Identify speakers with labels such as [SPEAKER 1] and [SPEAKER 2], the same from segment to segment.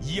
[SPEAKER 1] 以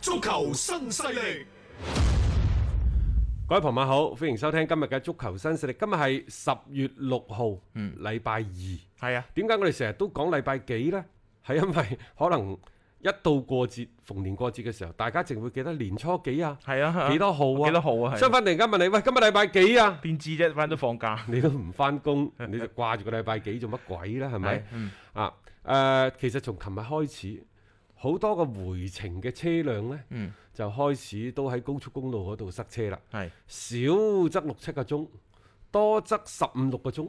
[SPEAKER 1] 足球新勢力，
[SPEAKER 2] 各位朋友好，歡迎收聽今日嘅足球新勢力。今日係十月六號，嗯，禮拜二。係啊，點解我哋成日都講禮拜幾呢？ 係因為可能一到過節，逢年過節嘅時候，大家淨會記得年初幾啊，
[SPEAKER 3] 係啊，
[SPEAKER 2] 幾多號啊，
[SPEAKER 3] 幾多號啊？
[SPEAKER 2] 相反，突然間問你，喂，今日禮拜幾啊？
[SPEAKER 3] 點知啫？反正都放假，
[SPEAKER 2] 你都唔翻工， 你就掛住個禮拜幾做乜鬼呢？係咪
[SPEAKER 3] 係？嗯
[SPEAKER 2] 啊，誒、其實從琴日開始，好多個回程嘅車輛呢，
[SPEAKER 3] 嗯
[SPEAKER 2] 就開始都喺高速公路嗰度塞車啦。
[SPEAKER 3] 係
[SPEAKER 2] 少則六七個鐘，多則十五六個鐘，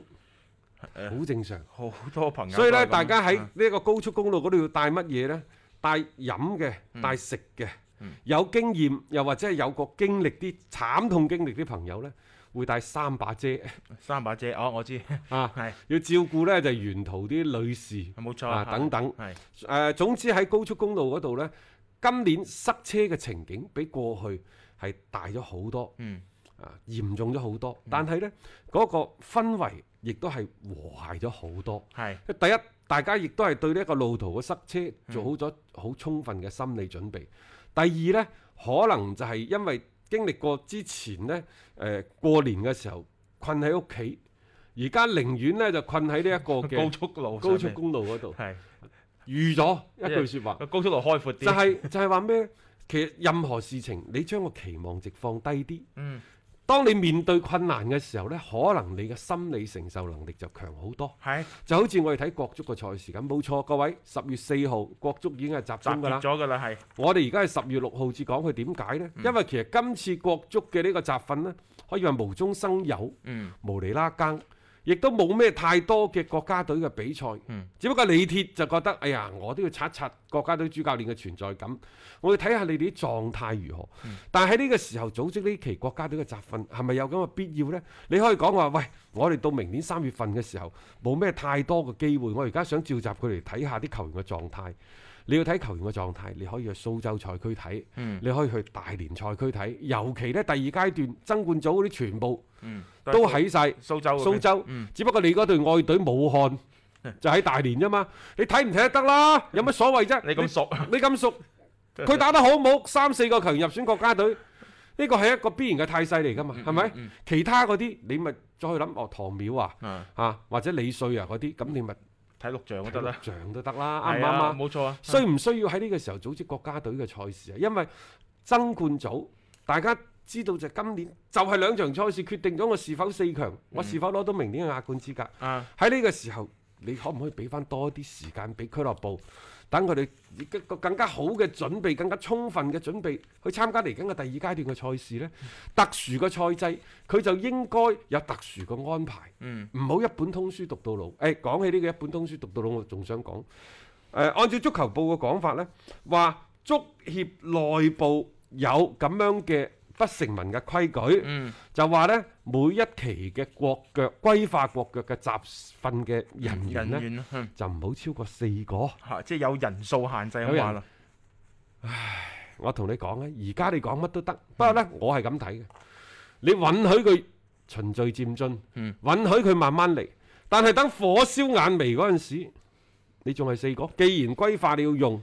[SPEAKER 2] 好正常。
[SPEAKER 3] 好多朋友都係咁。
[SPEAKER 2] 所以呢，大家
[SPEAKER 3] 啊
[SPEAKER 2] 喺呢個高速公路嗰度要帶乜嘢呢？帶飲嘅，
[SPEAKER 3] 嗯
[SPEAKER 2] 帶食嘅。有經驗又或者係有過經歷啲慘痛經歷啲朋友呢，會帶三把遮。
[SPEAKER 3] 三把遮，哦，我知，
[SPEAKER 2] 啊，
[SPEAKER 3] 係
[SPEAKER 2] 要照顧呢就係沿途啲女士，
[SPEAKER 3] 冇錯
[SPEAKER 2] 啊
[SPEAKER 3] 係
[SPEAKER 2] 等等。
[SPEAKER 3] 係
[SPEAKER 2] 誒、總之喺高速公路嗰度呢，今年塞車嘅情景比過去係大咗好多，
[SPEAKER 3] 嗯
[SPEAKER 2] 啊嚴重咗好多，但係呢，嗰、個氛圍亦都係和諧咗好多。
[SPEAKER 3] 係
[SPEAKER 2] 第一，大家亦都係對呢一個路途嘅塞車
[SPEAKER 3] 嗯
[SPEAKER 2] 做好咗好充分嘅心理準備。第二呢，可能就係因為經歷過之前呢，誒、過年嘅時候困喺屋企，而家寧願呢就困喺呢一 個
[SPEAKER 3] 高
[SPEAKER 2] 嘅
[SPEAKER 3] 速路上
[SPEAKER 2] 高
[SPEAKER 3] 面，
[SPEAKER 2] 速公路嗰度，
[SPEAKER 3] 係
[SPEAKER 2] 預咗一句説 話，
[SPEAKER 3] 個高速路開闊啲，
[SPEAKER 2] 就係、就係話咩？其實任何事情，你將個期望值放低啲。
[SPEAKER 3] 嗯
[SPEAKER 2] 當你面對困難嘅時候呢，可能你嘅心理承受能力就強好多。
[SPEAKER 3] 係
[SPEAKER 2] 就好似我哋睇國足嘅賽事咁，冇錯，各位十月四號國足已經係集
[SPEAKER 3] 集
[SPEAKER 2] 中㗎
[SPEAKER 3] 結
[SPEAKER 2] 啦。
[SPEAKER 3] 咗嗯㗎啦，係
[SPEAKER 2] 我哋而家係十月六號至講佢點解呢？因為其實今次國足嘅呢個集訓呢，可以話無中生有，
[SPEAKER 3] 嗯
[SPEAKER 2] 無厘啦更，亦都冇咩太多嘅國家隊嘅比賽。
[SPEAKER 3] 嗯
[SPEAKER 2] 只不過李鐵就覺得，哎呀，我都要刷一刷國家隊主教練嘅存在感，我要睇下你哋啲狀態如何。但係喺呢個時候組織呢期國家隊嘅集訓，係咪有咁嘅必要呢？你可以講話，喂，我哋到明年三月份嘅時候，冇咩太多嘅機會，我而家想召集佢嚟睇下啲球員嘅狀態。你要睇球員嘅狀態，你可以去蘇州賽區睇，
[SPEAKER 3] 嗯
[SPEAKER 2] 你可以去大連賽區睇，尤其呢第二階段爭冠組嗰啲全部
[SPEAKER 3] 嗯
[SPEAKER 2] 都喺晒
[SPEAKER 3] 蘇州嗰邊
[SPEAKER 2] 蘇州
[SPEAKER 3] 嗯，
[SPEAKER 2] 只不過你嗰隊愛隊武 漢就喺大連啫嘛，你睇唔睇得得啦，有乜所謂啫？
[SPEAKER 3] 你咁熟，
[SPEAKER 2] 你咁 熟，佢打得好冇？三四個強入選國家隊，呢個係一個必然嘅態勢嚟噶
[SPEAKER 3] 嗯
[SPEAKER 2] 嘛，係咪？其他嗰啲你咪再去諗哦，唐淼啊，
[SPEAKER 3] 啊
[SPEAKER 2] 啊或者李穗啊嗰啲，咁你咪
[SPEAKER 3] 睇錄像都得
[SPEAKER 2] 睇錄
[SPEAKER 3] 啦，
[SPEAKER 2] 像都得啦，啱唔
[SPEAKER 3] 係
[SPEAKER 2] 啱
[SPEAKER 3] 啊，
[SPEAKER 2] 啊？
[SPEAKER 3] 冇錯啊，
[SPEAKER 2] 需唔需要喺呢個時候組織國家隊嘅賽事啊？因為爭冠組大家知道就今年就係兩場賽事決定咗我是否四強，我是否攞到明年嘅亞冠資格。
[SPEAKER 3] 啊
[SPEAKER 2] 喺呢個時候，你可唔可以俾翻多啲時間俾俱樂部，等佢哋以一個更加好嘅準備、更加充分嘅準備去參加嚟緊嘅第二階段嘅賽事呢？
[SPEAKER 3] 嗯
[SPEAKER 2] 特殊嘅賽制，佢就應該有特殊嘅安排。
[SPEAKER 3] 嗯
[SPEAKER 2] 唔好一本通書讀到老。誒、講起呢個一本通書讀到老，我仲想講誒、按照足球報嘅講法呢，話足協內部有咁樣嘅不成文嘅規矩，
[SPEAKER 3] 嗯
[SPEAKER 2] 就話呢，每一期嘅國腳歸化國腳嘅集訓嘅人員
[SPEAKER 3] 人
[SPEAKER 2] 呢，
[SPEAKER 3] 員啊嗯
[SPEAKER 2] 就唔好超過四個。
[SPEAKER 3] 嚇，即係有人數限制
[SPEAKER 2] 有
[SPEAKER 3] 咁
[SPEAKER 2] 人
[SPEAKER 3] 話啦，
[SPEAKER 2] 我同你講咧，啊而家你講乜都得，不過呢，我係咁睇嘅。你允許佢循序漸進，
[SPEAKER 3] 嗯
[SPEAKER 2] 允許佢慢慢嚟，但係等火燒眼眉嗰陣時，你仲係四個。既然規化你要用，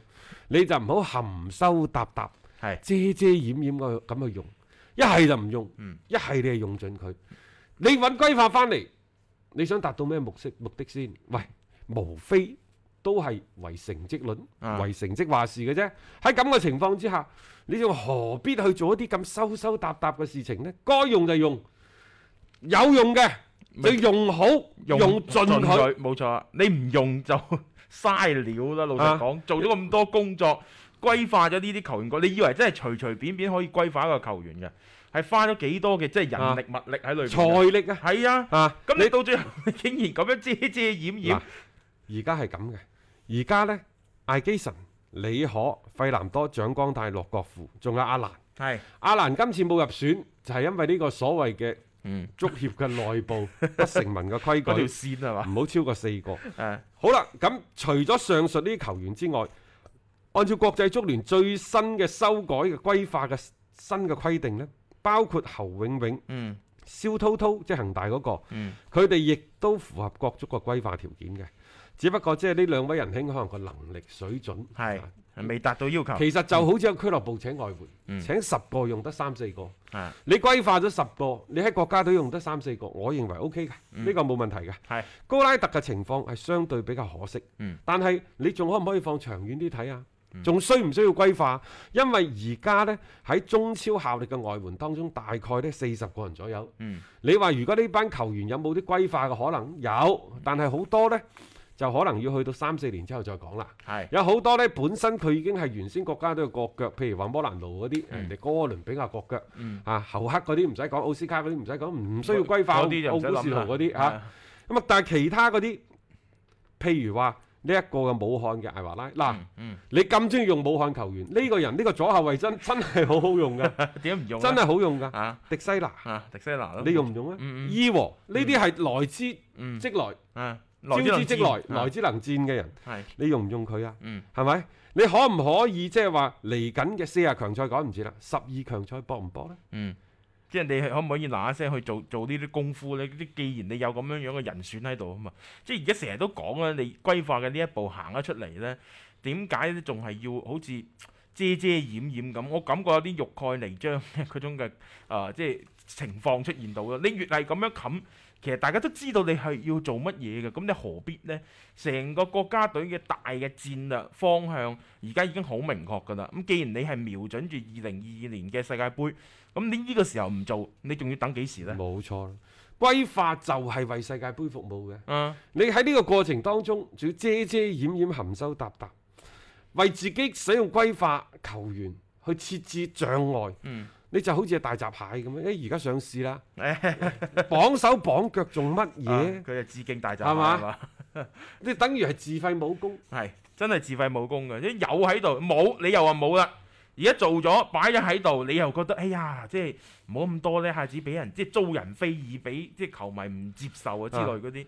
[SPEAKER 2] 你就唔好含羞答答、
[SPEAKER 3] 係
[SPEAKER 2] 遮遮掩掩咁去咁去用。一係就唔用
[SPEAKER 3] 嗯，
[SPEAKER 2] 一係你係用盡佢。你揾規化翻嚟，你想達到咩目的目的先？喂，無非都係為成績論、
[SPEAKER 3] 啊
[SPEAKER 2] 為成績話事嘅啫。喺咁嘅情況之下，你仲何必去做一啲咁收收搭搭嘅事情呢？該用就用，有用嘅
[SPEAKER 3] 咪
[SPEAKER 2] 就用好，用盡
[SPEAKER 3] 盡
[SPEAKER 2] 佢。
[SPEAKER 3] 冇錯啊！你唔用就 嘥料啦。老
[SPEAKER 2] 啊
[SPEAKER 3] 實講，做咗咁多工作，規化咗呢啲球員個，你以為真係隨隨便便可以規化一個球員嘅，係花咗幾多嘅即係人力物力喺裏邊嘅。
[SPEAKER 2] 啊財力啊，
[SPEAKER 3] 係啊，
[SPEAKER 2] 啊，
[SPEAKER 3] 咁你到最後你竟然咁樣遮遮掩掩
[SPEAKER 2] 嗱，而家係咁嘅，而家呢，艾基臣、李可、費南多、蔣光泰、洛國富，仲有阿蘭。
[SPEAKER 3] 係
[SPEAKER 2] 阿蘭今次冇入選，就係因為呢個所謂嘅
[SPEAKER 3] 嗯
[SPEAKER 2] 足協嘅內部 不成文嘅規
[SPEAKER 3] 嗰條
[SPEAKER 2] 矩，
[SPEAKER 3] 線啊係嘛？
[SPEAKER 2] 唔好超過四個。
[SPEAKER 3] 誒
[SPEAKER 2] 好啦，咁除咗上述呢啲球員之外，按照國際足聯最新嘅修改嘅規劃嘅新嘅規定呢，包括侯永永、
[SPEAKER 3] 嗯
[SPEAKER 2] 蕭滔滔，即係恒大嗰、個。
[SPEAKER 3] 嗯
[SPEAKER 2] 佢哋亦都符合國足嘅規劃條件嘅，只不過即係呢兩位仁兄可能個能力水準
[SPEAKER 3] 係
[SPEAKER 2] 啊
[SPEAKER 3] 未達到要求。
[SPEAKER 2] 其實就好似個俱樂部請外援，
[SPEAKER 3] 嗯
[SPEAKER 2] 請十個用得三四個，
[SPEAKER 3] 啊
[SPEAKER 2] 你規劃咗十個，你喺國家隊用得三四個，我認為 O K 嘅，
[SPEAKER 3] 嗯
[SPEAKER 2] 呢個冇問題嘅。
[SPEAKER 3] 係
[SPEAKER 2] 高拉特嘅情況係相對比較可惜，
[SPEAKER 3] 嗯
[SPEAKER 2] 但係你仲可唔可以放長遠啲睇啊？仲需唔需要規劃？因為而家呢，喺中超效力嘅外援當中，大概呢四十個人左右。
[SPEAKER 3] 嗯
[SPEAKER 2] 你話如果呢班球員有冇啲規劃嘅可能？有，但係好多呢，就可能要去到三四年之後再講啦。
[SPEAKER 3] 係
[SPEAKER 2] 有好多呢，本身佢已經係原先國家都有國腳，譬如話摩蘭奴嗰啲，人哋哥倫比亞國腳，
[SPEAKER 3] 嗯
[SPEAKER 2] 啊侯克嗰啲唔使講，奧斯卡嗰啲唔使講，唔需要規
[SPEAKER 3] 嗰
[SPEAKER 2] 劃。
[SPEAKER 3] 啲就唔使
[SPEAKER 2] 奧古士
[SPEAKER 3] 諗
[SPEAKER 2] 圖
[SPEAKER 3] 啦
[SPEAKER 2] 嗰啲嚇，
[SPEAKER 3] 係
[SPEAKER 2] 咁啊，但係其他嗰啲，譬如話呢一個嘅武漢嘅艾華拉，嗱，
[SPEAKER 3] 嗯
[SPEAKER 2] 你咁中意用武漢球員，呢、個人呢、個左後衞真真係好好用㗎，
[SPEAKER 3] 點解唔 用咧
[SPEAKER 2] 真係好用㗎，
[SPEAKER 3] 啊
[SPEAKER 2] 迪西拿。
[SPEAKER 3] 啊迪西拿咯
[SPEAKER 2] 你用唔用啊？
[SPEAKER 3] 嗯嗯
[SPEAKER 2] 伊和呢啲係來之
[SPEAKER 3] 嗯
[SPEAKER 2] 即來，
[SPEAKER 3] 啊來
[SPEAKER 2] 招之即來，
[SPEAKER 3] 來
[SPEAKER 2] 來之能戰嘅人，
[SPEAKER 3] 係
[SPEAKER 2] 你用唔用佢啊？
[SPEAKER 3] 嗯
[SPEAKER 2] 係咪？你可唔可以即係話嚟緊嘅四十強賽趕唔切啦？十二強賽搏唔搏呢？
[SPEAKER 3] 嗯，即係你可唔可以嗱一聲去做做呢啲功夫咧？啲既然你有咁樣樣嘅人選喺度啊嘛，即係而家成日都講啦，你規劃嘅呢一步行咗出嚟咧，點解仲係要好似遮遮掩掩咁？我感覺有啲欲蓋彌彰嘅嗰種嘅啊、即係情況出現到啦。你越係咁樣冚。其實大家都知道你係要做乜嘢嘅，咁你何必呢？成個國家隊嘅大嘅戰略方向而家已經好明確㗎啦。咁既然你係瞄準住二零二二年嘅世界盃。咁你呢個時候唔做，你仲要等幾時呢？
[SPEAKER 2] 冇錯啦，規劃就係為世界盃服務嘅。
[SPEAKER 3] 嗯，
[SPEAKER 2] 你喺呢個過程當中，仲要遮遮掩掩、含羞答答，為自己使用規劃球員去設置障礙。
[SPEAKER 3] 嗯
[SPEAKER 2] 你就好似隻大閘蟹咁樣，哎誒而家上市啦，綁手綁腳做乜
[SPEAKER 3] 啊
[SPEAKER 2] 嘢
[SPEAKER 3] 佢？就致敬大閘
[SPEAKER 2] 係嘛
[SPEAKER 3] 係嘛？
[SPEAKER 2] 你等於係自廢武功。
[SPEAKER 3] 係真係自廢武功嘅，即有喺度冇，你又話冇啦。而家做咗擺咗喺度，你又覺得哎呀，即係唔好咁多呢，一下子俾人即係遭人非議，俾即係球迷唔接受啊之類嗰啲，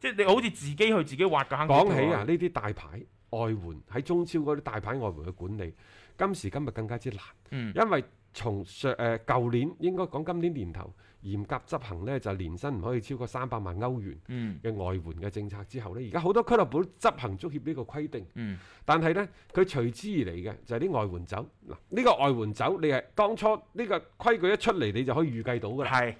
[SPEAKER 3] 即係你好似自己去自己挖個坑。
[SPEAKER 2] 講起啊，呢，啲大牌外援喺中超嗰啲大牌外援嘅管理，今時今日更加之難，
[SPEAKER 3] 嗯
[SPEAKER 2] 因為從上誒舊年應該講今年年頭嚴格執行呢，就年薪唔可以超過三百萬歐元
[SPEAKER 3] 嗯
[SPEAKER 2] 嘅外援嘅政策之後呢，而家好多俱樂部都執行足協呢個規定，
[SPEAKER 3] 嗯
[SPEAKER 2] 但係呢，佢隨之而嚟嘅就係啲外援走嗱，呢個外援走你係當初呢個規矩一出嚟你就可以預計到㗎啦。
[SPEAKER 3] 係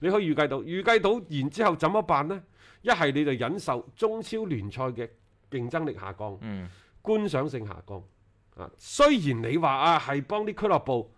[SPEAKER 2] 你可以預計到，預計到，然之後怎麼辦呢？一係你就忍受中超聯賽嘅競爭力下降、
[SPEAKER 3] 嗯
[SPEAKER 2] 觀賞性下降。啊，雖然你話啊係幫啲俱樂部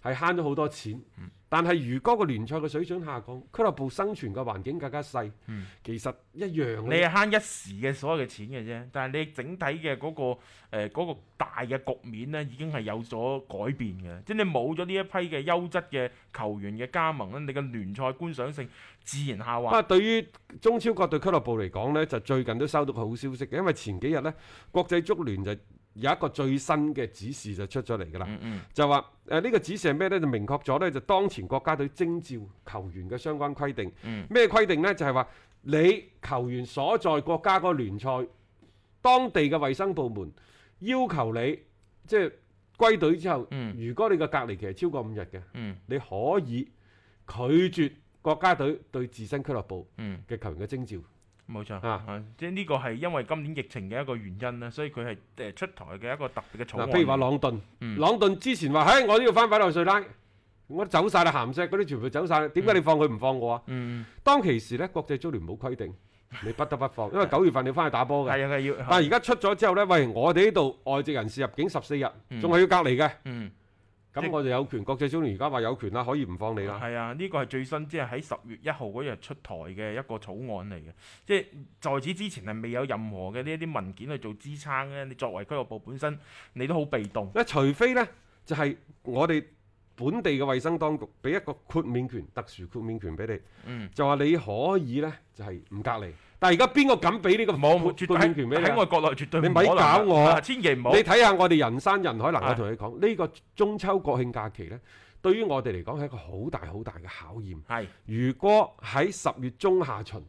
[SPEAKER 2] 係慳咗好多錢，但係如果個聯賽嘅水準下降，俱樂部生存嘅環境更加細，
[SPEAKER 3] 嗯
[SPEAKER 2] 其實一樣
[SPEAKER 3] 你係慳一時嘅所有嘅錢嘅啫，但係你整體嘅嗰、個呃誒嗰、個大嘅局面咧，已經係有所改變嘅。即係你冇咗呢一批嘅優質嘅球員嘅加盟咧，你嘅聯賽觀賞性自然下
[SPEAKER 2] 不
[SPEAKER 3] 滑。
[SPEAKER 2] 過對於中超各隊俱樂部嚟講呢，就最近都收到個好消息嘅，因為前幾日呢，國際足聯就有一個最新嘅指示就出咗嚟㗎啦。
[SPEAKER 3] 嗯嗯
[SPEAKER 2] 就話誒呢個指示係咩呢？就明確咗呢，就當前國家隊徵召球員嘅相關規定。
[SPEAKER 3] 嗯
[SPEAKER 2] 咩、規定呢？就係、話你球員所在國家嗰個聯賽，當地嘅衛生部門要求你即係歸隊之後，
[SPEAKER 3] 嗯
[SPEAKER 2] 如果你個隔離期係超過五日嘅，
[SPEAKER 3] 嗯
[SPEAKER 2] 你可以拒絕國家隊對自身俱樂部
[SPEAKER 3] 嗯，
[SPEAKER 2] 嘅球員嘅徵召。
[SPEAKER 3] 冇錯
[SPEAKER 2] 啊
[SPEAKER 3] 啊！即係呢個係因為今年疫情嘅一個原因啦，所以佢係誒出台嘅一個特別嘅草
[SPEAKER 2] 嗱，
[SPEAKER 3] 案。
[SPEAKER 2] 譬如話朗頓，
[SPEAKER 3] 嗯
[SPEAKER 2] 朗頓之前話：，唉，我都要翻委內瑞拉，我都走晒啦，鹹石嗰啲全部走晒啦，點解你放佢唔放我啊？
[SPEAKER 3] 嗯
[SPEAKER 2] 當其時咧，國際足聯冇規定，你不得不放，因為九月份你翻去打波嘅。
[SPEAKER 3] 係啊，係要。
[SPEAKER 2] 但係而家出咗之後呢，喂，我哋呢度外籍人士入境十四日，
[SPEAKER 3] 嗯
[SPEAKER 2] 仲係要隔離嘅，
[SPEAKER 3] 嗯，即
[SPEAKER 2] 咁我就有權。國際足聯而家話有權啦，可以唔放你啦。
[SPEAKER 3] 係啊，呢個係最新，即係喺十月一號嗰日出台嘅一個草案嚟嘅。即係在此之前係未有任何嘅呢一啲文件去做支撐咧。你作為俱樂部本身，你都好被動。
[SPEAKER 2] 咧除非呢，就係、我哋本地嘅衛生當局俾一個豁免權、特殊豁免權俾你，
[SPEAKER 3] 嗯，
[SPEAKER 2] 就話你可以呢，就係、唔隔離。但係而家邊個敢俾呢個
[SPEAKER 3] 冇
[SPEAKER 2] 豁
[SPEAKER 3] 冇絕
[SPEAKER 2] 豁免權俾
[SPEAKER 3] 對
[SPEAKER 2] 你
[SPEAKER 3] 喺
[SPEAKER 2] 啊？
[SPEAKER 3] 我國內絕對
[SPEAKER 2] 你
[SPEAKER 3] 唔
[SPEAKER 2] 咪
[SPEAKER 3] 可能
[SPEAKER 2] 搞
[SPEAKER 3] 㗎
[SPEAKER 2] 我
[SPEAKER 3] 啊千祈唔好
[SPEAKER 2] 你。睇下我哋人山人海，嗱，
[SPEAKER 3] 啊
[SPEAKER 2] 我同你講，呢個中秋國慶假期呢，對於我哋嚟講係一個好大好大嘅考驗。
[SPEAKER 3] 係
[SPEAKER 2] 如果喺十月中下旬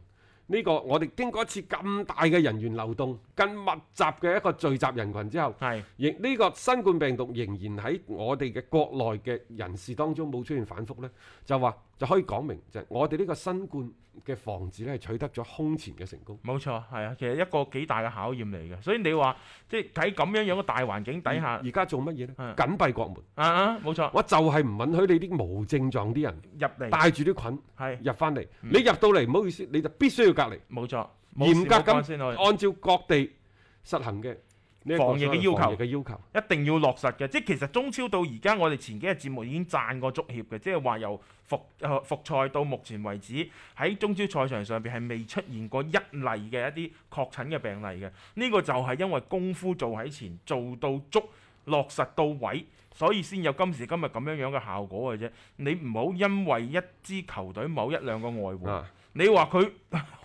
[SPEAKER 2] 呢、個我哋經過一次咁大嘅人員流動、更密集嘅一個聚集人群之後，
[SPEAKER 3] 係
[SPEAKER 2] 亦呢個新冠病毒仍然喺我哋嘅國內嘅人士當中冇出現反覆呢，就話就可以講明就係我哋呢個新冠嘅防治呢，係取得咗空前嘅成功。
[SPEAKER 3] 冇錯，係啊，其實一個幾大嘅考驗嚟嘅。所以你話即係喺咁樣樣嘅大環境底下
[SPEAKER 2] 而，而家做乜嘢呢？
[SPEAKER 3] 嗯
[SPEAKER 2] 緊閉國門，
[SPEAKER 3] 啊啊，冇錯，
[SPEAKER 2] 我就係唔允許你啲無症狀啲人
[SPEAKER 3] 入嚟
[SPEAKER 2] 帶住啲菌
[SPEAKER 3] 係
[SPEAKER 2] 入翻嚟。
[SPEAKER 3] 嗯
[SPEAKER 2] 你入到嚟唔好意思，你就必須要隔離。
[SPEAKER 3] 冇錯，冇事
[SPEAKER 2] 嚴格
[SPEAKER 3] 冇關先可以
[SPEAKER 2] 咁按照各地實行嘅呢一個
[SPEAKER 3] 防疫嘅要求
[SPEAKER 2] 防疫嘅要求，
[SPEAKER 3] 一定要落實嘅。即係其實中超到而家，我哋前幾日節目已經讚過足協嘅，即係話由復誒復賽到目前為止，喺中超賽場上邊係未出現過一例嘅一啲確診嘅病例嘅。呢、個就係因為功夫做喺前，做到足，落實到位。所以先有今時今日咁樣樣嘅效果嘅啫，你唔好因為一支球隊某一兩個外援，
[SPEAKER 2] 啊！
[SPEAKER 3] 你話佢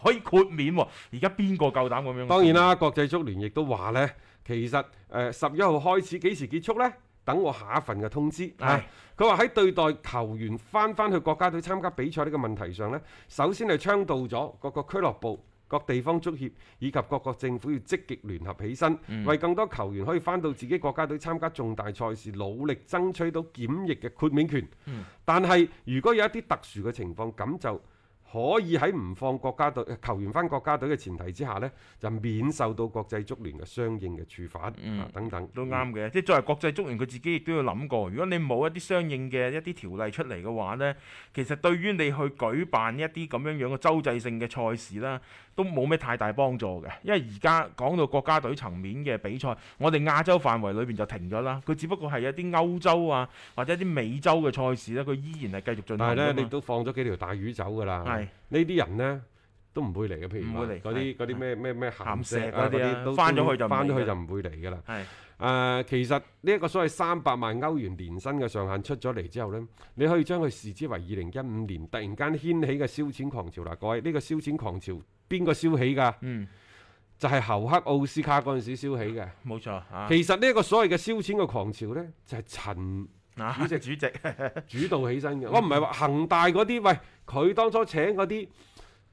[SPEAKER 3] 可以豁免喎，而家邊個夠膽咁樣？
[SPEAKER 2] 當然，啦，國際足聯亦都話呢，其實誒十一號開始幾時結束呢？等我下一份嘅通知。
[SPEAKER 3] 係
[SPEAKER 2] 啊佢話喺對待球員翻翻去國家隊參加比賽呢個問題上呢，首先係倡導咗各個俱樂部。各地方足協以及各國政府要積極聯合起身，為更多球員可以翻到自己國家隊參加重大賽事，努力爭取到檢疫嘅豁免權。但係如果有一啲特殊嘅情況，咁就可以喺唔放國家隊球員翻國家隊嘅前提之下呢，就免受到國際足聯嘅相應嘅處罰、
[SPEAKER 3] 嗯
[SPEAKER 2] 啊等等。
[SPEAKER 3] 都啱嘅，即係作為國際足聯，佢自己亦都要諗過。如果你冇一啲相應嘅一啲條例出嚟嘅話呢，其實對於你去舉辦一啲咁樣樣嘅洲際性嘅賽事啦，都冇咩太大幫助嘅。因為而家講到國家隊層面嘅比賽，我哋亞洲範圍裏邊就停咗啦。佢只不過係一啲歐洲啊，或者一啲美洲嘅賽事咧，佢依然係繼續進行㗎嘛。
[SPEAKER 2] 但係呢，你都嗯放咗幾條大魚走㗎啦。
[SPEAKER 3] 啊係
[SPEAKER 2] 呢啲人呢，都唔會嚟嘅，譬如
[SPEAKER 3] 唔
[SPEAKER 2] 話
[SPEAKER 3] 會嚟
[SPEAKER 2] 嗰啲
[SPEAKER 3] 係
[SPEAKER 2] 嗰啲咩咩咩
[SPEAKER 3] 鹹
[SPEAKER 2] 鹹
[SPEAKER 3] 石
[SPEAKER 2] 石
[SPEAKER 3] 嗰
[SPEAKER 2] 啊
[SPEAKER 3] 啲啊
[SPEAKER 2] 都
[SPEAKER 3] 返咗
[SPEAKER 2] 都
[SPEAKER 3] 去就唔
[SPEAKER 2] 返咗
[SPEAKER 3] 嚟㗎
[SPEAKER 2] 去就唔會嚟㗎啦。
[SPEAKER 3] 係
[SPEAKER 2] 誒、呃其實呢一個所謂三百萬歐元年薪嘅上限出咗嚟之後呢，你可以將佢視之為二零一五年突然間掀起嘅燒錢狂潮啦。各位，呢、個燒錢狂潮邊個燒起㗎？
[SPEAKER 3] 嗯，
[SPEAKER 2] 就係侯克奧斯卡嗰陣時燒起嘅。
[SPEAKER 3] 冇錯啊。
[SPEAKER 2] 其實呢一個所謂嘅燒錢嘅狂潮呢，就係、陳
[SPEAKER 3] 啊
[SPEAKER 2] 主席
[SPEAKER 3] 主席，
[SPEAKER 2] 主導起身嘅。我唔係話恒大嗰啲，喂，佢當初請嗰啲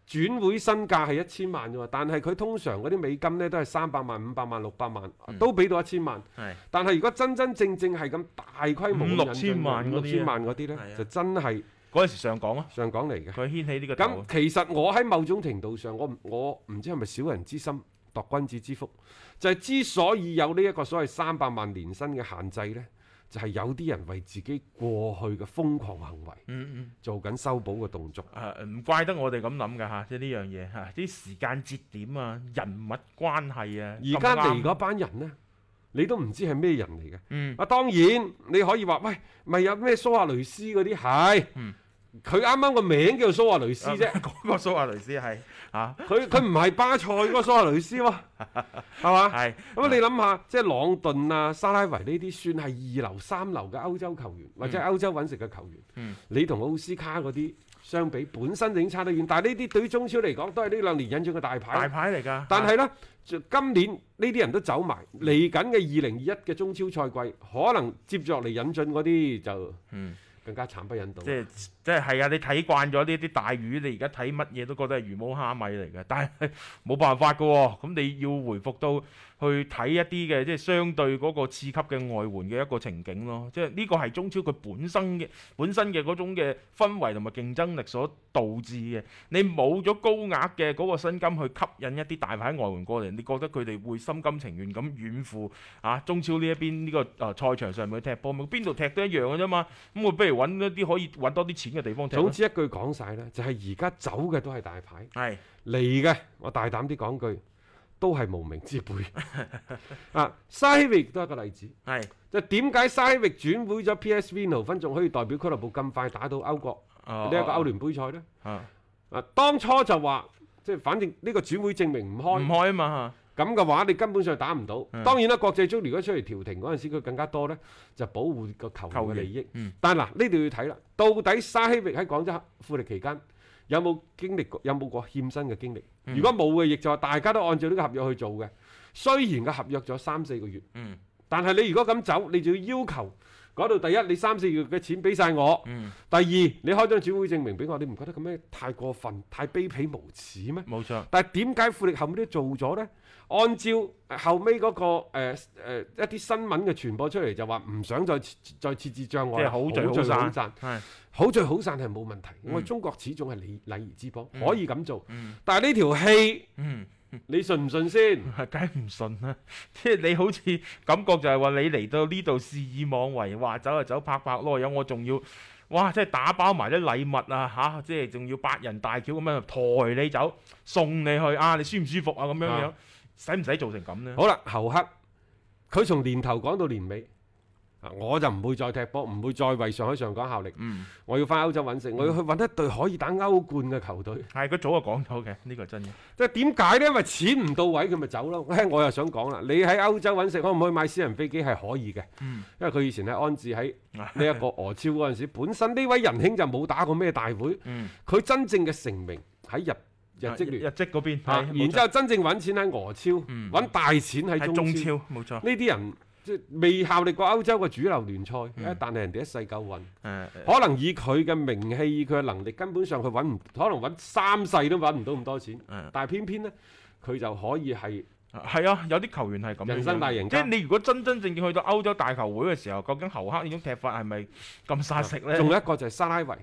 [SPEAKER 2] 轉會身價係一千萬啫喎，但係佢通常嗰啲美金呢都係三百萬、五百萬、六百萬，都俾到一千萬。
[SPEAKER 3] 係
[SPEAKER 2] 但係如果真真正正係咁大規模
[SPEAKER 3] 五
[SPEAKER 2] 咁
[SPEAKER 3] 六
[SPEAKER 2] 引進
[SPEAKER 3] 千萬
[SPEAKER 2] 五
[SPEAKER 3] 嗰啲啊
[SPEAKER 2] 六千萬嗰啲
[SPEAKER 3] 係啊
[SPEAKER 2] 呢，就真係
[SPEAKER 3] 嗰陣時上講啊，
[SPEAKER 2] 上港嚟嘅。
[SPEAKER 3] 佢掀起呢個
[SPEAKER 2] 咁
[SPEAKER 3] 頭。
[SPEAKER 2] 其實我喺某種程度上，我唔我唔知係咪小人之心度君子之腹，就係、之所以有呢一個所謂三百萬年薪嘅限制呢，就係、有啲人為自己過去嘅瘋狂行為
[SPEAKER 3] 嗯嗯。
[SPEAKER 2] 做緊修補嘅動作。
[SPEAKER 3] 啊，唔怪得我哋咁諗㗎吓，即係呢樣嘢吓，啲時間節點啊、人物關係啊，
[SPEAKER 2] 而
[SPEAKER 3] 咁
[SPEAKER 2] 家嚟
[SPEAKER 3] 啱
[SPEAKER 2] 嗰班人呢，你都唔知係咩人嚟嘅。
[SPEAKER 3] 嗯
[SPEAKER 2] 啊，當然你可以話喂，咪有咩蘇亞雷斯嗰啲係
[SPEAKER 3] 嗯，
[SPEAKER 2] 佢啱啱個名叫做蘇亞雷斯
[SPEAKER 3] 啊
[SPEAKER 2] 啫，
[SPEAKER 3] 嗰個蘇亞雷斯係啊，
[SPEAKER 2] 佢佢唔係巴塞嗰個蘇亞雷斯 喎，係嘛？
[SPEAKER 3] 係
[SPEAKER 2] 咁啊你諗下，即係朗頓啊、沙拉維呢啲算係二流、三流嘅歐洲球員，或者係歐洲揾食嘅球員，
[SPEAKER 3] 嗯
[SPEAKER 2] 你同奧斯卡嗰啲相比，本身就已經差得遠。但係呢啲對於中超嚟講，都係呢兩年引進嘅
[SPEAKER 3] 大
[SPEAKER 2] 大牌。
[SPEAKER 3] 牌嚟㗎。
[SPEAKER 2] 但係呢，就今年呢啲人都走埋，嚟緊嘅二零二一嘅中超賽季，可能接住落嚟引進嗰啲就
[SPEAKER 3] 嗯
[SPEAKER 2] 更加慘不忍睹
[SPEAKER 3] 即。係即係係啊！你睇慣咗呢啲大魚，你而家睇乜嘢都覺得係魚毛蝦米嚟嘅，但係 冇辦法㗎喎。咁你要回復到去睇一啲嘅即係相對嗰個次級嘅外援嘅一個情景咯。即係呢個係中超佢本身嘅本身嘅嗰種嘅氛圍同埋競爭力所導致嘅。你冇咗高額嘅嗰個薪金去吸引一啲大牌外援過嚟，你覺得佢哋會心甘情願咁遠赴啊中超呢一邊呢、個誒、呃、賽場上面去踢波咩？邊度踢都一樣嘅啫嘛。咁我不如揾一啲可以揾多啲錢嘅地方踢咯。
[SPEAKER 2] 總之一句講晒呢，就係而家走嘅都係大牌，
[SPEAKER 3] 係
[SPEAKER 2] 嚟嘅我大膽啲講句，都係無名之 輩。啊，沙希域亦都係一個例子。
[SPEAKER 3] 係
[SPEAKER 2] 就點解沙希域轉會咗 PSV 奴芬仲可以代表俱樂部咁快打到歐國呢
[SPEAKER 3] 呢
[SPEAKER 2] 一個歐聯杯賽呢？
[SPEAKER 3] 啊
[SPEAKER 2] 啊，當初就話即係反正呢個轉會證明唔
[SPEAKER 3] 唔
[SPEAKER 2] 開，
[SPEAKER 3] 開啊嘛
[SPEAKER 2] 咁嘅話你根本上打唔到。
[SPEAKER 3] 嗯
[SPEAKER 2] 當然啦，國際足聯如果出嚟調停嗰陣時，佢更加多呢就保護個球
[SPEAKER 3] 球
[SPEAKER 2] 員嘅
[SPEAKER 3] 員
[SPEAKER 2] 利益。
[SPEAKER 3] 嗯
[SPEAKER 2] 但嗱呢度要睇啦，到底沙希域喺廣州富力期間有冇經歷過有冇過欠薪嘅經歷？
[SPEAKER 3] 嗯
[SPEAKER 2] 如果冇嘅，亦就係大家都按照呢個合約去做嘅。雖然個合約咗三四個月。
[SPEAKER 3] 嗯
[SPEAKER 2] 但係你如果咁走，你就要要求嗰度第一，你三四月嘅錢俾晒我；
[SPEAKER 3] 嗯，
[SPEAKER 2] 第二，你開張轉會證明俾我，你唔覺得咁樣太過分、太卑鄙無恥咩？
[SPEAKER 3] 冇錯，
[SPEAKER 2] 但係點解富力後尾都做咗呢？按照呃後尾嗰、個誒、呃呃一啲新聞嘅傳播出嚟，就話唔想再設再設置障礙，
[SPEAKER 3] 即係好聚好
[SPEAKER 2] 聚好
[SPEAKER 3] 散
[SPEAKER 2] 散，
[SPEAKER 3] 係
[SPEAKER 2] 好聚好散係冇問題。
[SPEAKER 3] 嗯
[SPEAKER 2] 我哋中國始終係禮禮儀之邦，
[SPEAKER 3] 嗯
[SPEAKER 2] 可以咁做。
[SPEAKER 3] 嗯
[SPEAKER 2] 但係呢條戲，
[SPEAKER 3] 嗯。
[SPEAKER 2] 你信唔信先？
[SPEAKER 3] 係 梗係唔信啦，即係你好似感覺就係話你嚟到呢度肆意妄為，話走就走，拍拍籮柚，我仲要哇，即係打包埋啲禮物啊吓、即係仲要八人大轎咁樣抬你走，送你去啊，你舒唔舒服啊咁樣樣
[SPEAKER 2] 啊，
[SPEAKER 3] 使唔使做成咁呢？
[SPEAKER 2] 好啦，侯克佢從年頭講到年尾，啊我就唔會再踢波，唔會再為上海上港效力。
[SPEAKER 3] 嗯，
[SPEAKER 2] 我要翻歐洲揾食，我要去揾一隊可以打歐冠嘅球隊。
[SPEAKER 3] 係佢早就講咗嘅，呢、個真 嘅。
[SPEAKER 2] 即係點解呢？因為錢唔到位，佢咪走咯。 嘿我又想講啦，你喺歐洲揾食，可唔可以買私人飛機係可以嘅？
[SPEAKER 3] 嗯
[SPEAKER 2] 因為佢以前係安置喺呢一 個俄超嗰陣時，本身呢位仁兄就冇打過咩大會，
[SPEAKER 3] 嗯，
[SPEAKER 2] 佢真正嘅成名喺日日職
[SPEAKER 3] 啊日
[SPEAKER 2] 聯，
[SPEAKER 3] 職嗰邊，
[SPEAKER 2] 啊
[SPEAKER 3] 係冇
[SPEAKER 2] 然
[SPEAKER 3] 錯
[SPEAKER 2] 之後真正揾錢喺俄超，
[SPEAKER 3] 嗯
[SPEAKER 2] 揾大錢喺
[SPEAKER 3] 係
[SPEAKER 2] 中
[SPEAKER 3] 中
[SPEAKER 2] 超。
[SPEAKER 3] 超冇錯。
[SPEAKER 2] 呢啲人即係未效力過歐洲嘅主流聯賽，
[SPEAKER 3] 嗯
[SPEAKER 2] 啊但係人哋一世夠運，
[SPEAKER 3] 誒誒
[SPEAKER 2] 可能以佢嘅名氣、以佢嘅能力，根本上佢揾唔，可能揾三世都揾唔到咁多錢。
[SPEAKER 3] 誒
[SPEAKER 2] 但係偏偏呢，佢就可以係
[SPEAKER 3] 係啊，有啲球員係咁樣樣
[SPEAKER 2] 人生大贏
[SPEAKER 3] 即
[SPEAKER 2] 家
[SPEAKER 3] 係你如果真真正正去到歐洲大球會嘅時候，究竟侯克呢種踢法係咪咁殺食咧？
[SPEAKER 2] 仲有一個就係沙拉維。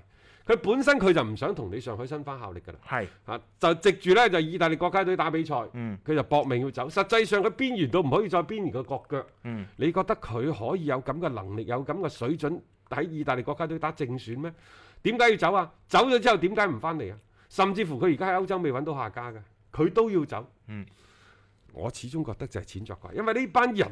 [SPEAKER 2] 佢本身佢就唔想同你上海申花效力㗎啦，
[SPEAKER 3] 係，
[SPEAKER 2] 啊就藉住呢，就意大利國家隊打比賽，
[SPEAKER 3] 嗯
[SPEAKER 2] 佢就搏命要走。實際上佢邊緣到唔可以再邊緣個國腳，
[SPEAKER 3] 嗯，
[SPEAKER 2] 你覺得佢可以有咁嘅能力、有咁嘅水準喺意大利國家隊打正選咩？點解要走啊？走咗之後點解唔翻嚟啊？甚至乎佢而家喺歐洲未揾到下家嘅，佢都要走。
[SPEAKER 3] 嗯，
[SPEAKER 2] 我始終覺得就係錢作怪，因為呢班人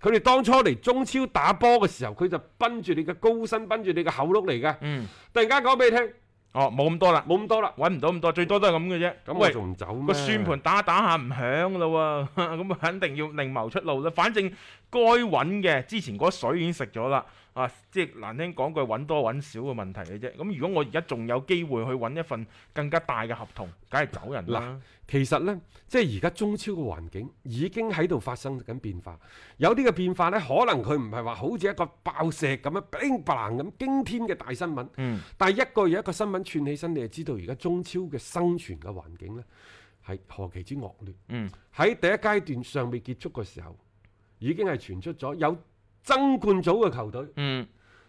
[SPEAKER 2] 佢哋當初嚟中超打波嘅時候，佢就奔住你嘅高薪，奔住你嘅口碌嚟嘅。
[SPEAKER 3] 嗯，
[SPEAKER 2] 突然間講俾你聽，
[SPEAKER 3] 哦，冇咁多啦，
[SPEAKER 2] 冇咁多啦，
[SPEAKER 3] 揾唔到咁多，最多都係咁嘅啫。
[SPEAKER 2] 咁我
[SPEAKER 3] 喂，
[SPEAKER 2] 仲唔走咩？
[SPEAKER 3] 個算盤打打下唔響啦喎， 咁啊肯定要另謀出路啦。反正該揾嘅之前嗰水已經食咗啦，啊，即係難聽講句揾多揾少嘅問題嘅啫。咁如果我而家仲有機會去揾一份更加大嘅合同，梗係走人啦。
[SPEAKER 2] 其實呢，即係而家中超嘅環境已經喺度發生緊變化。有啲嘅變化呢，可能佢唔係話好似一個爆石咁樣冰唪咁驚天嘅大新聞，
[SPEAKER 3] 嗯，
[SPEAKER 2] 但係一個又一個新聞串起身，你就知道而家中超嘅生存嘅環境呢係何其之惡劣。
[SPEAKER 3] 嗯，
[SPEAKER 2] 喺第一階段尚未結束嘅時候，已經係傳出咗有爭冠組嘅球隊
[SPEAKER 3] 嗯，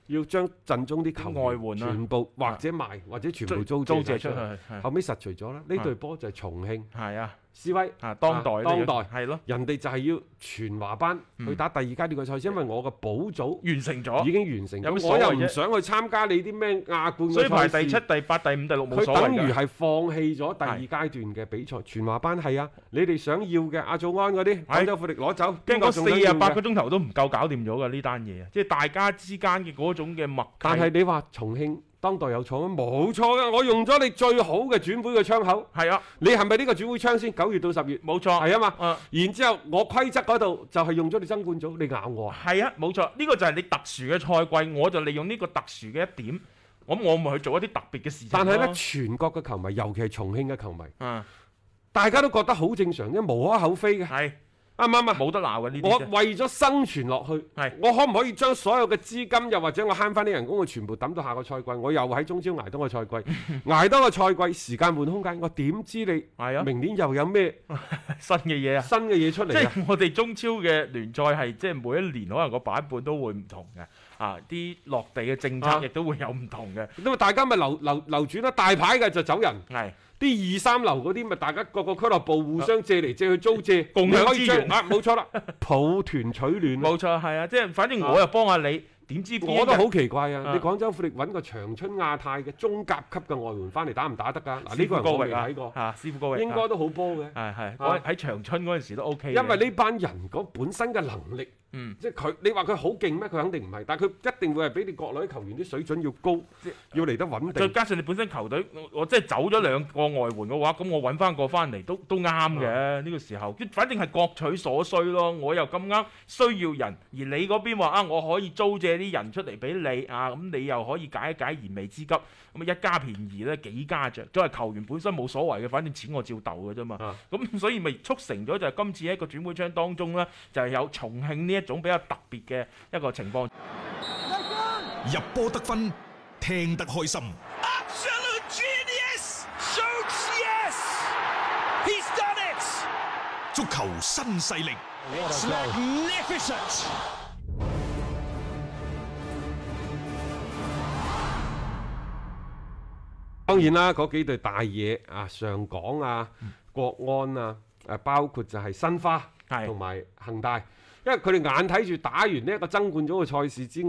[SPEAKER 2] 要將陣中啲球員
[SPEAKER 3] 外援啊
[SPEAKER 2] 全部或者賣或者全部
[SPEAKER 3] 租
[SPEAKER 2] 租
[SPEAKER 3] 租借
[SPEAKER 2] 借出
[SPEAKER 3] 出去，啊
[SPEAKER 2] 去。
[SPEAKER 3] 係
[SPEAKER 2] 後尾實除咗啦，呢隊波就係重慶
[SPEAKER 3] 係啊。
[SPEAKER 2] 斯威。
[SPEAKER 3] 啊，當代
[SPEAKER 2] 啊當代
[SPEAKER 3] 係咯，
[SPEAKER 2] 人哋就係要全華班
[SPEAKER 3] 嗯
[SPEAKER 2] 去打第二階段嘅賽事，因為我嘅補組
[SPEAKER 3] 完成
[SPEAKER 2] 已
[SPEAKER 3] 咗，
[SPEAKER 2] 經完成
[SPEAKER 3] 有乜
[SPEAKER 2] 咗，
[SPEAKER 3] 所
[SPEAKER 2] 我
[SPEAKER 3] 謂
[SPEAKER 2] 又
[SPEAKER 3] 啫
[SPEAKER 2] 唔想去參加你啲咩亞冠
[SPEAKER 3] 所以排
[SPEAKER 2] 嘅賽
[SPEAKER 3] 第七、
[SPEAKER 2] 事。
[SPEAKER 3] 第八、第五、第六冇
[SPEAKER 2] 佢
[SPEAKER 3] 所謂
[SPEAKER 2] 等於
[SPEAKER 3] 㗎。
[SPEAKER 2] 係放棄咗第二階段嘅比賽，全華班係啊，你哋想要嘅阿祖安嗰
[SPEAKER 3] 係
[SPEAKER 2] 啲，廣州富力攞走，
[SPEAKER 3] 跟
[SPEAKER 2] 邊
[SPEAKER 3] 嗰
[SPEAKER 2] 個仲想
[SPEAKER 3] 四
[SPEAKER 2] 要
[SPEAKER 3] 啊八個
[SPEAKER 2] 嘅？
[SPEAKER 3] 鐘頭都唔夠搞掂咗㗎呢單嘢，啊即係大家之間嘅嗰種嘅默契。
[SPEAKER 2] 但係你話重慶當代有錯咩？啊冇錯嘅，我用咗你最好嘅轉會嘅窗口，
[SPEAKER 3] 係啊，
[SPEAKER 2] 你係咪呢個轉會窗先？九月到十月
[SPEAKER 3] 冇錯，
[SPEAKER 2] 係啊嘛，
[SPEAKER 3] 啊
[SPEAKER 2] 然之後我規則嗰度就係用咗你爭冠組，你咬我啊！
[SPEAKER 3] 係啊，冇錯，呢個就係你特殊嘅賽季，我就利用呢個特殊嘅一點，咁我咪去做一啲特別嘅事情。
[SPEAKER 2] 但係呢，，全國嘅球迷，尤其係重慶嘅球迷。
[SPEAKER 3] 嗯，
[SPEAKER 2] 大家都覺得好正常啫，無可厚非嘅，
[SPEAKER 3] 係
[SPEAKER 2] 啱唔啱啊？
[SPEAKER 3] 冇得鬧嘅呢
[SPEAKER 2] 我
[SPEAKER 3] 啲啫。
[SPEAKER 2] 為咗生存落去
[SPEAKER 3] 係，
[SPEAKER 2] 我可唔可以將所有嘅資金，又或者我慳翻啲人工，我全部抌到下個賽季，我又喺中超捱多個賽季， 捱多個賽季，時間換空間，我點知你
[SPEAKER 3] 係啊，
[SPEAKER 2] 明年又有咩
[SPEAKER 3] 新嘅嘢啊！
[SPEAKER 2] 新嘅嘢出
[SPEAKER 3] 即
[SPEAKER 2] 嚟啊？
[SPEAKER 3] 係我哋中超嘅聯賽係即係每一年可能個版本都會唔同嘅，啊啲落地嘅政策
[SPEAKER 2] 啊
[SPEAKER 3] 亦都會有唔同嘅，
[SPEAKER 2] 咁啊，大家咪流流流轉啦，大牌嘅就走人，
[SPEAKER 3] 係
[SPEAKER 2] 啲二三流嗰啲咪大家各個俱樂部互相借嚟借去租借，
[SPEAKER 3] 共享
[SPEAKER 2] 你可以
[SPEAKER 3] 資源
[SPEAKER 2] 將啊，冇錯啦，抱團取暖啊。
[SPEAKER 3] 冇錯係啊，即係反正我又幫下你，點點知邊一
[SPEAKER 2] 我都
[SPEAKER 3] 日
[SPEAKER 2] 好奇怪啊！
[SPEAKER 3] 啊
[SPEAKER 2] 你廣州富力揾個長春亞泰嘅中甲級嘅外援翻嚟打唔打得㗎？嗱，呢
[SPEAKER 3] 師
[SPEAKER 2] 個
[SPEAKER 3] 傅
[SPEAKER 2] 人我
[SPEAKER 3] 高
[SPEAKER 2] 未
[SPEAKER 3] 域啊
[SPEAKER 2] 睇，過，
[SPEAKER 3] 啊，師傅高域
[SPEAKER 2] 應該都好波嘅。
[SPEAKER 3] 係係
[SPEAKER 2] 啊
[SPEAKER 3] 嗰喺長春嗰陣時都 O K
[SPEAKER 2] 因為呢班人嗰本身嘅能力，
[SPEAKER 3] 嗯
[SPEAKER 2] 即係佢你話佢好勁咩？佢肯定唔係，但係佢一定會係比你國內啲球員啲水準要高
[SPEAKER 3] 即係，啊
[SPEAKER 2] 要嚟得穩
[SPEAKER 3] 再
[SPEAKER 2] 定。
[SPEAKER 3] 加上你本身球隊，我我即係走咗兩個外援嘅話，咁我揾翻個翻嚟都都啱
[SPEAKER 2] 啊
[SPEAKER 3] 嘅。呢個時候，反正係各取所需咯。我又咁啱需要人，而你嗰邊話啊，我可以租借啲人出嚟俾你啊，咁你又可以解一解燃眉之急。咁啊一家便宜咧幾家着，作為球員本身冇所謂嘅，反正錢我照鬥嘅啫嘛。
[SPEAKER 2] 啊
[SPEAKER 3] 咁、所以咪促成咗就係今次一個轉會窗當中咧，就係、有重慶呢一種比較特別嘅一個情況。
[SPEAKER 1] 入波得分，聽得開心。
[SPEAKER 4] Absolute genius! Shoots yes! He's done it!
[SPEAKER 1] 足球新勢力，
[SPEAKER 4] It's magnificent!
[SPEAKER 2] 當然啦，嗰幾隊大嘢啊，上港啊、
[SPEAKER 3] 嗯
[SPEAKER 2] 國安啊，誒包括就係申花
[SPEAKER 3] 係
[SPEAKER 2] 同埋恒大，因為佢哋眼睇住打完呢一個爭冠組嘅賽事之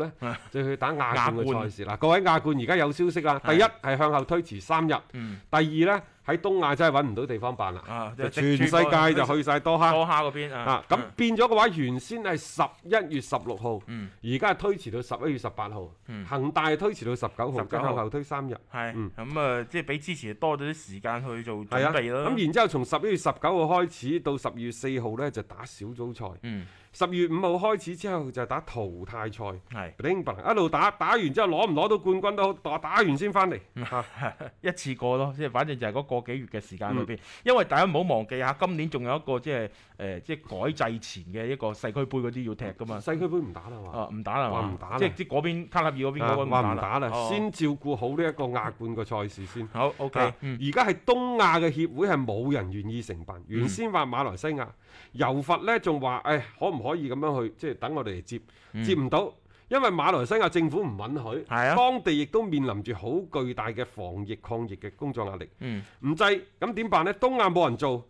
[SPEAKER 2] 呢，就去打亞冠
[SPEAKER 3] 啊亞
[SPEAKER 2] 嘅
[SPEAKER 3] 冠
[SPEAKER 2] 賽事啦。各位亞冠而家有消息啦，第
[SPEAKER 3] 係
[SPEAKER 2] 一係向後推遲三日，
[SPEAKER 3] 嗯
[SPEAKER 2] 第二呢，喺東亞真係揾唔到地方辦啦，
[SPEAKER 3] 啊，
[SPEAKER 2] 就全世界就去晒多哈。
[SPEAKER 3] 多哈嗰邊啊
[SPEAKER 2] 啊，。咁變咗嘅話，原先係十一月十六號，
[SPEAKER 3] 嗯
[SPEAKER 2] 而家係推遲到十一月十八號，恒大係推遲到十九號，
[SPEAKER 3] 19
[SPEAKER 2] 再向後推三日。
[SPEAKER 3] 係，
[SPEAKER 2] 嗯
[SPEAKER 3] 咁啊，即係比之前多咗啲時間去做準
[SPEAKER 2] 係啊，
[SPEAKER 3] 備啦。
[SPEAKER 2] 咁然之後從十一月十九號開始到十二月四號呢，就打小組賽，
[SPEAKER 3] 嗯，
[SPEAKER 2] 十二月五號開始之後就打淘汰賽。
[SPEAKER 3] 係
[SPEAKER 2] bling bling 一路打，打完之後攞唔攞到冠軍都好，打打完先翻嚟。
[SPEAKER 3] 嗯
[SPEAKER 2] 啊嚇
[SPEAKER 3] 一次過咯，即係反正就係嗰個幾月嘅時間裏邊。因為大家唔好忘記下，今年仲有一個即係誒，即係改制前嘅一個世區杯嗰啲要踢噶嘛。
[SPEAKER 2] 世俱杯唔打啦嘛，
[SPEAKER 3] 啊，唔打啦
[SPEAKER 2] 話
[SPEAKER 3] 嘛，
[SPEAKER 2] 唔打啦
[SPEAKER 3] 即係即係嗰邊卡塔爾嗰邊
[SPEAKER 2] 啊
[SPEAKER 3] 嗰個
[SPEAKER 2] 話唔打啦，
[SPEAKER 3] 哦
[SPEAKER 2] 先照顧好呢一個亞冠嘅賽事先。
[SPEAKER 3] 好 OK，
[SPEAKER 2] 啊
[SPEAKER 3] 嗯
[SPEAKER 2] 而家係東亞嘅協會係冇人願意承辦，原先話馬來西亞，柔佛呢仲話誒可唔可以咁樣去，即係等我哋嚟接，接唔到。因為馬來西亞政府唔允許，
[SPEAKER 3] 嗯係啊
[SPEAKER 2] 當地亦都面臨住好巨大嘅防疫抗疫嘅工作壓力，
[SPEAKER 3] 嗯，
[SPEAKER 2] 唔制咁點辦呢？東亞冇人做，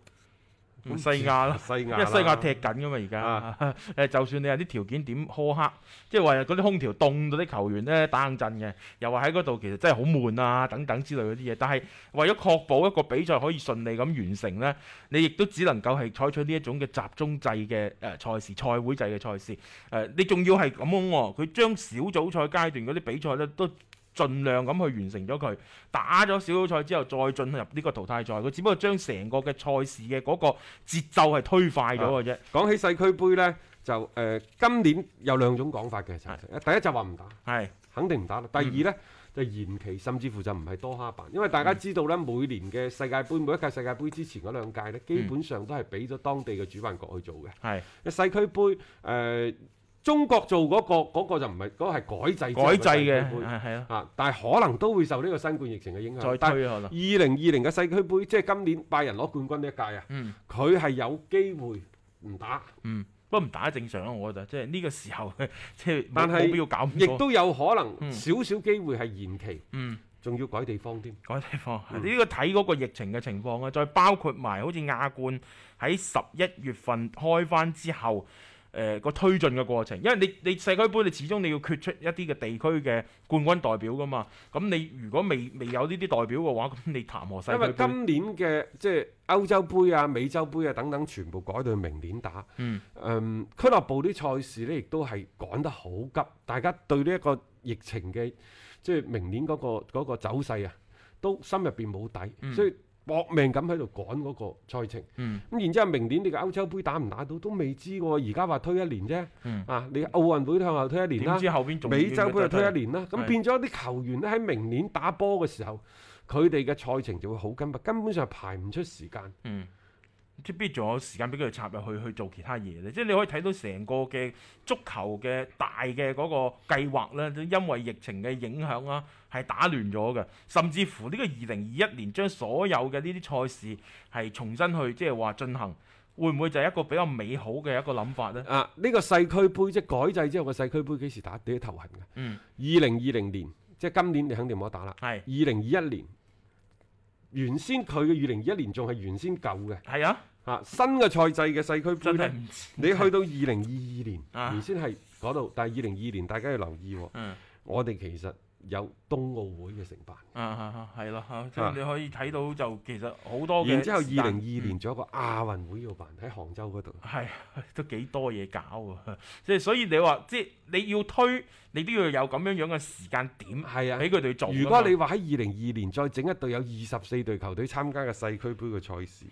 [SPEAKER 3] 咁西亞啦。啊
[SPEAKER 2] 西
[SPEAKER 3] 因
[SPEAKER 2] 亞
[SPEAKER 3] 為
[SPEAKER 2] 啦
[SPEAKER 3] 西亞踢緊噶嘛，而家 誒，就算你有啲條件點苛刻，即係話嗰啲空調凍到啲球員咧打硬陣嘅，又話喺嗰度其實真係好悶啊等等之類嗰啲嘢。但係為咗確保一個比賽可以順利咁完成咧，你亦都只能夠係採取呢一種嘅集中制嘅呃誒賽事、賽會制嘅賽事。誒、呃你仲要係咁樣喎、佢將小組賽階段嗰啲比賽咧都。盡量咁去完成咗佢，打咗小組賽之後再進入呢個淘汰賽，佢只不過將成個嘅賽事嘅嗰個節奏係推快咗嘅啫。
[SPEAKER 2] 講起世俱杯呢，就誒、呃今年有兩種講法嘅，其實第一就話唔打，
[SPEAKER 3] 係
[SPEAKER 2] 肯定唔打啦。
[SPEAKER 3] 嗯
[SPEAKER 2] 第二呢，就延期，甚至乎就唔係多哈辦，因為大家知道呢，每年嘅世界盃，每一屆世界盃之前嗰兩屆呢，
[SPEAKER 3] 嗯
[SPEAKER 2] 基本上都係俾咗當地嘅主辦國去做嘅。
[SPEAKER 3] 係
[SPEAKER 2] 世俱杯誒、呃中國做嗰、個嗰、個就唔係嗰個係改制之後
[SPEAKER 3] 改制
[SPEAKER 2] 世
[SPEAKER 3] 嘅，
[SPEAKER 2] 俱杯
[SPEAKER 3] 係係咯，
[SPEAKER 2] 啊，但係可能都會受呢個新冠疫情嘅影響。
[SPEAKER 3] 再
[SPEAKER 2] 但係
[SPEAKER 3] 推可能。
[SPEAKER 2] 二零二零嘅世俱杯，即係今年拜仁攞冠軍呢一屆啊，
[SPEAKER 3] 嗯
[SPEAKER 2] 佢係、有機會唔打。
[SPEAKER 3] 嗯，不過唔打正常咯，我覺得即係呢個時候， 即係冇
[SPEAKER 2] 但係
[SPEAKER 3] 冇必要搞咁
[SPEAKER 2] 亦
[SPEAKER 3] 多。
[SPEAKER 2] 都有可能
[SPEAKER 3] 嗯
[SPEAKER 2] 少少機會係延期，
[SPEAKER 3] 嗯。
[SPEAKER 2] 仲要改地方添。
[SPEAKER 3] 嗰地方，呢、
[SPEAKER 2] 嗯
[SPEAKER 3] 個睇嗰個疫情嘅情況啊，再包括埋好似亞冠喺十一月份開翻之後，誒、個推進嘅過程，因為你你世俱杯你始終你要決出一啲嘅地區嘅冠軍代表噶嘛，咁你如果未未有呢啲代表嘅話，咁你談何世
[SPEAKER 2] 因
[SPEAKER 3] 俱
[SPEAKER 2] 為
[SPEAKER 3] 杯？
[SPEAKER 2] 今年嘅即係歐洲杯啊、美洲杯啊等等，全部改到明年打。
[SPEAKER 3] 嗯，
[SPEAKER 2] 誒俱樂部啲賽事呢，亦都係趕得好急，大家對呢一個疫情嘅即係明年嗰、個嗰個走勢啊，都心入邊冇底，
[SPEAKER 3] 嗯
[SPEAKER 2] 所以搏命咁喺度趕嗰個賽程。
[SPEAKER 3] 嗯
[SPEAKER 2] 咁然之後，明年你嘅歐洲杯打唔打到都未知喎，而家話推一年啫。
[SPEAKER 3] 嗯
[SPEAKER 2] 啊，你奧運會都向後推一年啦
[SPEAKER 3] 點。知後邊仲
[SPEAKER 2] 美洲杯就推一年啦，咁
[SPEAKER 3] 啊係
[SPEAKER 2] 變咗啲球員咧喺明年打波嘅時候，佢哋嘅賽程就會好緊密，根本上排唔出時間。
[SPEAKER 3] 嗯，即係必仲有時間俾佢哋插入去去做其他嘢咧。即係你可以睇到成個嘅足球嘅大嘅嗰個計劃咧，都因為疫情嘅影響啦，係打亂咗嘅。甚至乎呢個二零二一年將所有嘅呢啲賽事係重新去即係話進行，會唔會就係一個比較美好嘅一個諗法呢？
[SPEAKER 2] 啊，呢、個世俱杯即係改制之後嘅世俱杯幾時打？你都頭痕嘅。
[SPEAKER 3] 嗯，
[SPEAKER 2] 二零二零年即係今年你肯定冇得打啦。
[SPEAKER 3] 係
[SPEAKER 2] 二零二一年原先佢嘅二零二一年仲係原先舊嘅，
[SPEAKER 3] 係啊，
[SPEAKER 2] 啊，新嘅賽制嘅世俱杯
[SPEAKER 3] 真係
[SPEAKER 2] 呢，
[SPEAKER 3] 唔知。
[SPEAKER 2] 你去到二零二二年，
[SPEAKER 3] 啊
[SPEAKER 2] 原先係嗰度，但係二零二二年大家要留意喎，
[SPEAKER 3] 嗯
[SPEAKER 2] 我哋其實有冬奧會嘅承辦，
[SPEAKER 3] 啊啊係啦嚇，即
[SPEAKER 2] 啊
[SPEAKER 3] 係你可以睇到就其實好多嘅時間。嗯
[SPEAKER 2] 然之後二零二二年仲有個亞運會要辦喺杭州嗰度，
[SPEAKER 3] 係 都幾多嘢搞啊！ 即係所以你話即係你要推，你都要有咁樣樣嘅時間點，
[SPEAKER 2] 係啊
[SPEAKER 3] 俾佢哋做㗎嘛。
[SPEAKER 2] 如果你話喺二零二年再整一隊有二十四隊球隊參加嘅世俱杯嘅 賽事，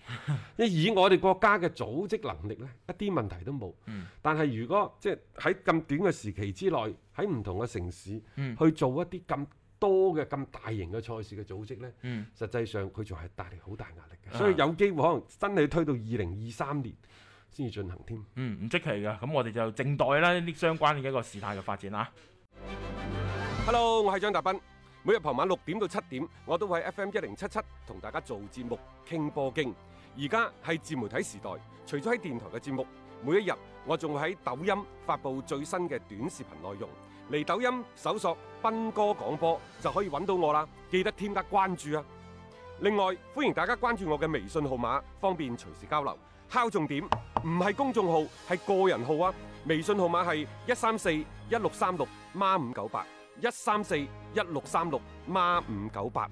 [SPEAKER 2] 因為以我哋國家嘅組織能力呢，一啲問題都冇。
[SPEAKER 3] 嗯
[SPEAKER 2] 但係如果即係喺咁短嘅時期之內，喺唔同嘅城市、
[SPEAKER 3] 嗯
[SPEAKER 2] 去做一啲咁多嘅咁大型嘅賽事嘅組織呢，
[SPEAKER 3] 嗯
[SPEAKER 2] 實際上佢仲係帶嚟好大壓力嘅。
[SPEAKER 3] 啊
[SPEAKER 2] 所以有機會可能真係推到二零二三年先至進行添。
[SPEAKER 3] 嗯唔即期㗎，咁我哋就靜待啦呢啲相關嘅一個事態嘅發展啊！
[SPEAKER 2] Hello，我係張達斌。每日傍晚六點到七點，我都會喺 FM 一零七七同大家做節目傾波經。而家係自媒體時代，除咗喺電台嘅節目，每一日我仲會喺抖音發布最新嘅短視頻內容。嚟抖音搜索斌哥廣播就可以揾到我啦，記得添加關注啊！另外，歡迎大家關注我嘅微信號碼，方便隨時交流。敲重點，唔係公眾號，係個人號啊！微信號碼係一三四一六三六孖五九八，一三四一六三六孖五九八。